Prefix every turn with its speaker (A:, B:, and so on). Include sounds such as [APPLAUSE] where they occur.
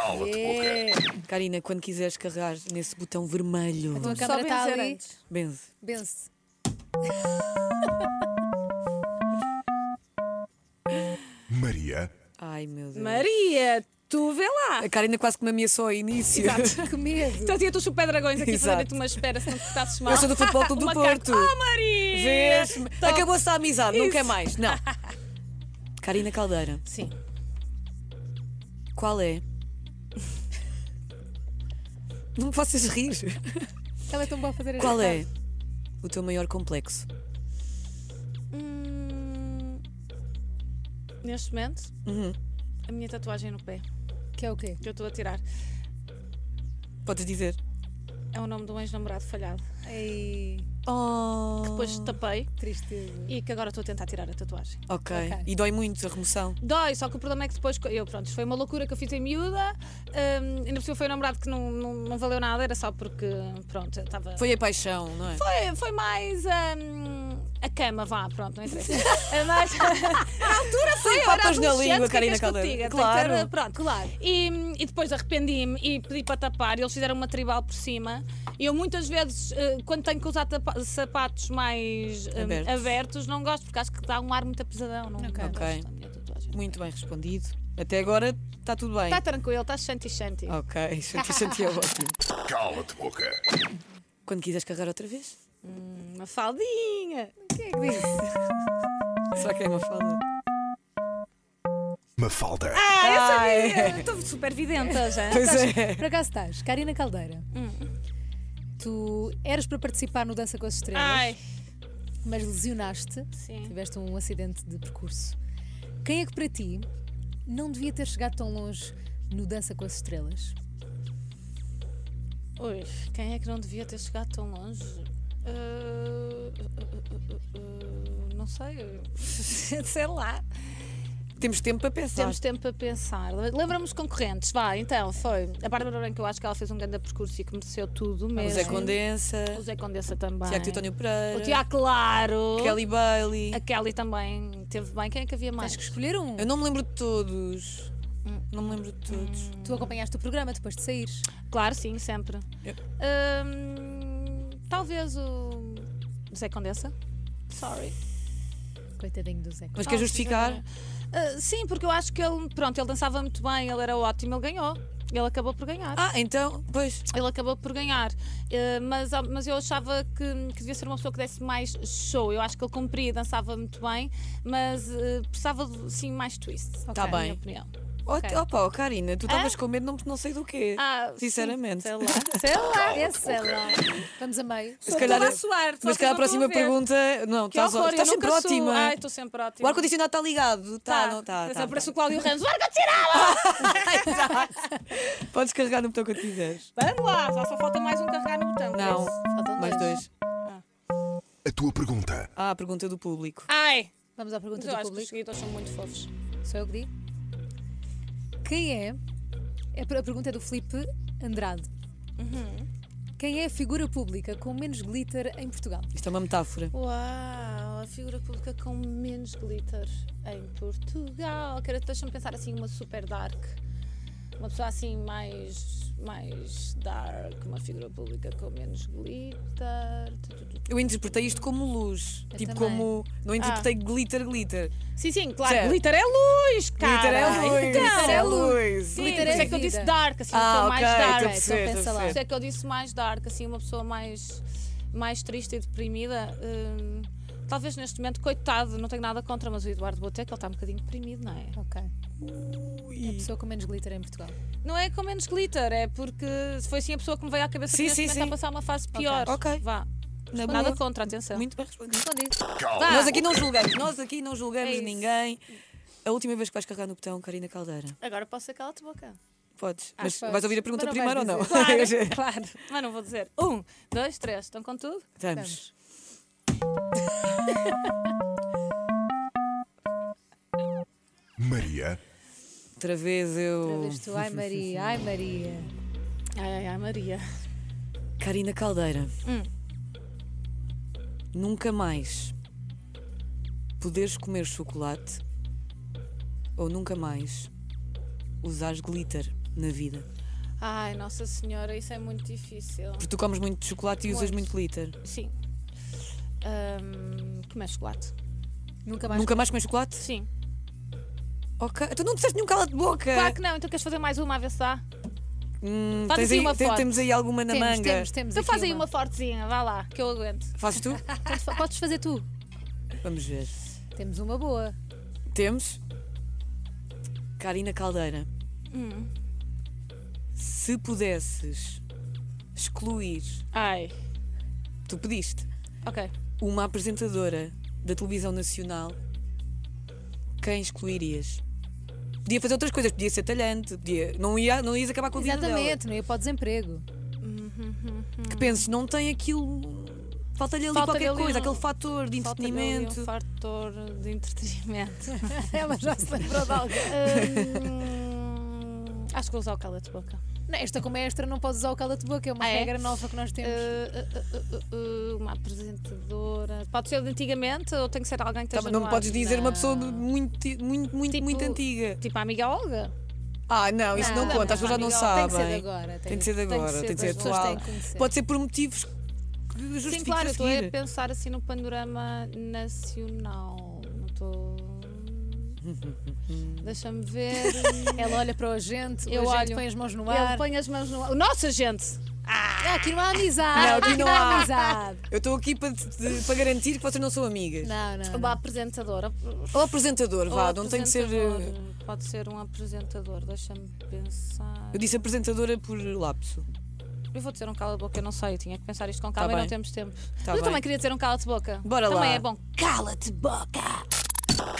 A: aula de boca.
B: Karina, quando quiseres carregar nesse botão vermelho,
C: Então
D: A tua câmara está
C: benzer
D: ali.
C: antes.
B: benze.
D: Benze.
A: Maria,
B: Ai meu Deus.
C: Maria, tu vê lá.
B: A Karina quase que me ameaçou ao início.
D: Que medo.
C: Então tinha tu super dragões aqui a
B: Exato.
C: fazer-te uma espera se não te portasses mal.
B: [LAUGHS]
C: Tá,
B: Eu sou do Futebol Clube do
C: Uma carta.
B: Porto.
C: Ah, Maria!
B: Vês?
C: Top.
B: Acabou-se a amizade, não quer mais.
C: [LAUGHS]
B: Não. Karina Caldeira,
C: Sim.
B: qual
C: [LAUGHS]
B: é? Não me faças rir.
D: Ela é tão boa a fazer
B: Qual
D: esta.
B: é o teu maior complexo?
C: Hum, neste momento,
B: Uhum.
C: a minha tatuagem no pé,
D: Que é o quê?
C: que eu estou a tirar,
B: Podes dizer.
C: é o nome de um ex-namorado falhado.
B: Ah.
D: Ai,
B: Oh.
C: Depois tapei
D: tristeza.
C: e que agora estou a tentar tirar a tatuagem.
B: ok.
D: Ok.
B: E dói muito a remoção.
C: Dói, só que o problema é que depois. co- Eu, pronto, isto foi uma loucura que eu fiz em miúda. hum, ainda por cima foi um namorado que não, não, não valeu nada, era só porque, pronto, eu estava.
B: Foi a paixão, não é?
C: Foi, foi mais hum, a cama, vá, pronto, não interessa. [LAUGHS]
B: [LAUGHS]
C: É mais, na altura foi, eu era
B: papas na
C: adolescente,
B: língua,
C: o que é que
B: Karina
C: és que eu te
B: Caldeira.
C: diga? Tem que
B: Claro.
C: ter, pronto, claro. E, hum, e depois arrependi-me e pedi para tapar, e eles fizeram uma tribal por cima. E eu muitas vezes, eh, quando tenho que usar tapa- sapatos mais hum,
B: Abertos.
C: abertos. não gosto, porque acho que dá um ar muito apessadão. Não, não
D: Ok.
C: gosto
B: Ok.
C: da minha tatuagem.
B: Muito bem respondido. Até agora está tudo bem. Oh.
C: Está tranquilo, está shanti-shanti.
B: Ok, Santi Santi é
C: [LAUGHS]
B: ótimo.
A: cala-te boca.
B: Quando quiseres carregar outra vez,
C: Hum, Uma faldinha.
D: Quem é que disse?
B: será que é uma falda?
A: Mafalda,
C: Ah, eu sabia. Estou super videnta já.
B: Pois é.
D: [LAUGHS] Por acaso estás? Karina Caldeira. Tu eras para participar no Dança com as Estrelas,
C: Ai,
D: mas lesionaste,
C: sim.
D: tiveste um acidente de percurso. Quem é que para ti não devia ter chegado tão longe no Dança com as Estrelas?
C: Ui, quem é que não devia ter chegado tão longe? Ah, ah, ah, ah, ah, não sei. sei lá.
B: Temos tempo para pensar.
C: Temos tempo para pensar. Lembra-me os concorrentes, vá, então, foi. A Bárbara Branca, eu acho que ela fez um grande percurso e que mereceu tudo
B: Ah, O
C: mesmo.
B: Zé Condensa,
C: O Zé Condensa também.
B: Tiago Titónio Pereira,
C: O Tiago, claro.
B: Kelly Bailey.
C: A Kelly também teve bem. Quem é que havia mais?
D: Tens que escolher um.
B: Eu não me lembro de todos.
C: Hum.
B: Não me lembro de todos.
D: Tu acompanhaste o programa depois de saíres.
C: Claro, sim, sempre.
B: Eu-
C: Hum, talvez o Zé Condensa. Sorry.
D: Coitadinho do Zé.
B: Mas quer justificar?
C: Ah, sim, porque eu acho que ele, pronto, ele dançava muito bem, ele era ótimo, ele ganhou. Ele acabou por ganhar.
B: Ah, então, pois.
C: Ele acabou por ganhar. Ah, mas, ah, mas eu achava que, que devia ser uma pessoa que desse mais show. Eu acho que ele cumpria, dançava muito bem, mas ah, precisava de, sim mais twist.
B: Tá
C: na minha
B: bem.
C: opinião.
B: Oh,
C: Ok.
B: Opa, oh, Karina, tu estavas com medo, não, não sei do quê.
C: Ah, sim,
B: Sinceramente.
C: sei lá.
B: [LAUGHS]
C: Sei lá.
D: É, sei lá. Vamos a meio.
B: Se calhar, é-
C: Estou a suar, só
B: mas se calhar a
C: que não estou
B: próxima
C: a ver.
B: pergunta. Não,
C: Que
B: estás,
C: horror,
B: estás
C: eu
B: sempre
C: nunca sou-
B: ótima.
C: Ai, estou sempre
B: O
C: ótima.
B: ar-condicionado está ligado. Está, não está.
C: Mas
B: tá,
C: Parece
B: tá.
C: o Cláudio Ramos. Larga tirá-la!
B: [LAUGHS] Podes carregar no botão que quiseres.
C: Vamos lá, já só falta mais um carregar no botão.
B: Não,
D: Faltam
B: mais dois.
A: a tua pergunta,
B: Ah, a pergunta do público.
C: Ai,
D: Vamos à
C: mas
D: pergunta
C: eu
D: do
C: acho que os
D: público.
C: seguidores são muito fofos.
D: Sou eu que digo. Quem é? é per- A pergunta é do Felipe Andrade. Quem é a figura pública com menos glitter em Portugal?
B: Isto é uma metáfora.
C: Uau, a figura pública com menos glitter em Portugal. Quero deixa-me pensar assim, uma super dark. Uma pessoa assim mais, mais dark, uma figura pública com menos glitter. Tu, tu, tu, tu.
B: Eu interpretei isto como luz.
D: Eu
B: tipo,
D: também.
B: como. Não interpretei glitter, glitter.
C: Sim, sim, Ah. claro.
B: Certo.
C: Glitter é luz,
B: Glitter
C: cara.
B: é luz.
C: Então,
B: é luz.
C: Sim,
D: Glitter
C: por isso
D: é
C: é que eu disse
D: vida.
C: dark, assim, uma
B: Ah,
C: pessoa
B: ok.
C: mais dark.
B: estou a
D: então
B: perceber,
D: pensa
B: estou a
D: lá.
C: Por isso
B: perceber.
C: é que eu disse mais dark, assim, uma pessoa mais, mais triste e deprimida. Hum, talvez neste momento, coitado, não tenho nada contra, mas o Eduardo Boteco, ele está um bocadinho deprimido, não é?
D: Ok. É A pessoa com menos glitter em Portugal.
C: Não é com menos glitter, é porque foi assim a pessoa que me veio à cabeça
B: Sim,
C: que neste
B: sim,
C: momento
B: sim.
C: está a passar uma fase pior.
B: Ok.
C: Vá.
B: Na
C: nada
B: boa.
C: contra, atenção.
B: Muito bem respondido.
D: Respondido.
A: cala
C: Vá.
B: Nós aqui não julgamos, nós aqui não julgamos
C: Ah. É isso.
B: ninguém. A última vez que vais carregar no botão, Karina Caldeira.
C: Agora posso ser cala-te boca.
B: Podes.
C: Ah,
B: mas
D: podes.
B: vais ouvir a pergunta
D: Mas não
B: primeiro ou
D: vais
B: não?
C: dizer.
B: [LAUGHS]
C: [LAUGHS] Claro, mas não vou dizer. Um, dois, três, estão com tudo?
B: Estamos.
A: Maria,
B: Outra vez eu.
D: Outra vez tu.
B: Oh.
D: Ai, Maria. Ai, Maria.
C: Ai, ai, ai, Maria.
B: Karina Caldeira.
C: Hum.
B: Nunca mais poderes comer chocolate ou nunca mais usares glitter na vida?
C: Ai, Nossa Senhora, isso é muito difícil.
B: Porque tu comes muito chocolate e usas muito
C: Muito.
B: glitter.
C: Sim. Ahm, comer chocolate.
D: Nunca mais.
B: Nunca mais comes chocolate?
C: Sim.
B: Ok. Tu não disseste nenhum cala de boca!
C: Claro que não, então queres fazer mais uma a ver se dá?
B: Hum,
C: Faz
B: tens
C: assim
B: aí,
C: uma
B: tem-
C: foto.
B: temos aí alguma na
D: temos,
B: manga.
D: temos, temos.
C: Então
D: aqui
C: faz aí uma fortezinha, vá lá, que eu aguento.
B: Fazes
C: [LAUGHS]
B: tu?
D: Podes, fa- podes fazer tu.
B: Vamos ver.
D: Temos uma boa.
B: Temos Karina Caldeira.
C: Hum.
B: Se pudesses excluir,
C: Ai.
B: tu pediste,
C: Ok.
B: uma apresentadora da televisão nacional, quem excluirias? Podia fazer outras coisas, podia ser talhante, podia... não, ia, não ias acabar com a vida
D: Exatamente, não ia para o desemprego.
B: dela. Que penses, não tem aquilo. Hum. Falta-lhe ali
C: Falta-lhe
B: qualquer
C: ali
B: coisa,
C: um-
B: aquele fator de
C: Falta-lhe ali
B: entretenimento.
C: um fator de entretenimento.
D: Ela já se lembrou de alguém.
C: Hum, acho que vou usar o cala de boca.
D: Não, Esta como é extra não podes usar o cala de boca, é uma
C: Ah, é?
D: regra nova que nós temos.
C: Uh, uh, uh, uh, uh, uma apresentadora. Pode ser de antigamente ou tem que ser alguém que
B: Tá,
C: esteja
B: mas não
C: no ar?
B: podes dizer uma pessoa
C: Não.
B: muito, muito, muito,
C: Tipo-
B: muito antiga.
C: Tipo a amiga Olga.
B: Ah, não, isso não,
D: Não,
B: conta, as
C: não,
B: pessoas já não
C: amiga,
B: sabem.
D: tem que ser de agora.
B: Tem de ser de agora, tem de ser
D: das pessoas têm
B: atual.
D: que conhecer.
B: Pode ser por motivos que justificam
C: Sim, claro, eu
B: a
C: estou a
B: seguir.
C: pensar assim no panorama nacional. Não
B: [LAUGHS]
C: estou. Deixa-me ver.
D: Ela olha para o agente,
C: Eu
D: o agente
C: olho.
D: põe as mãos no
C: Ele
D: ar.
C: põe as mãos no. ar. Nossa, gente!
D: Ah, aqui não há amizade.
B: Não, aqui não há.
D: amizade.
B: Eu estou aqui para, te- para garantir que vocês não são amigas.
D: Não, não.
C: Uma apresentadora.
B: Ou apresentador, vá, não tem que ser. eh,
C: apresentador. Pode ser um apresentador, deixa-me pensar.
B: Eu disse apresentadora por lapso.
C: Eu vou dizer um cala-boca, eu não sei, eu tinha que pensar isto com calma
B: Tá
C: e
B: bem.
C: não temos tempo. Mas eu
B: bem.
C: também queria dizer um cala-te-boca.
B: Bora
C: também
B: lá.
C: é bom. Cala-te-boca!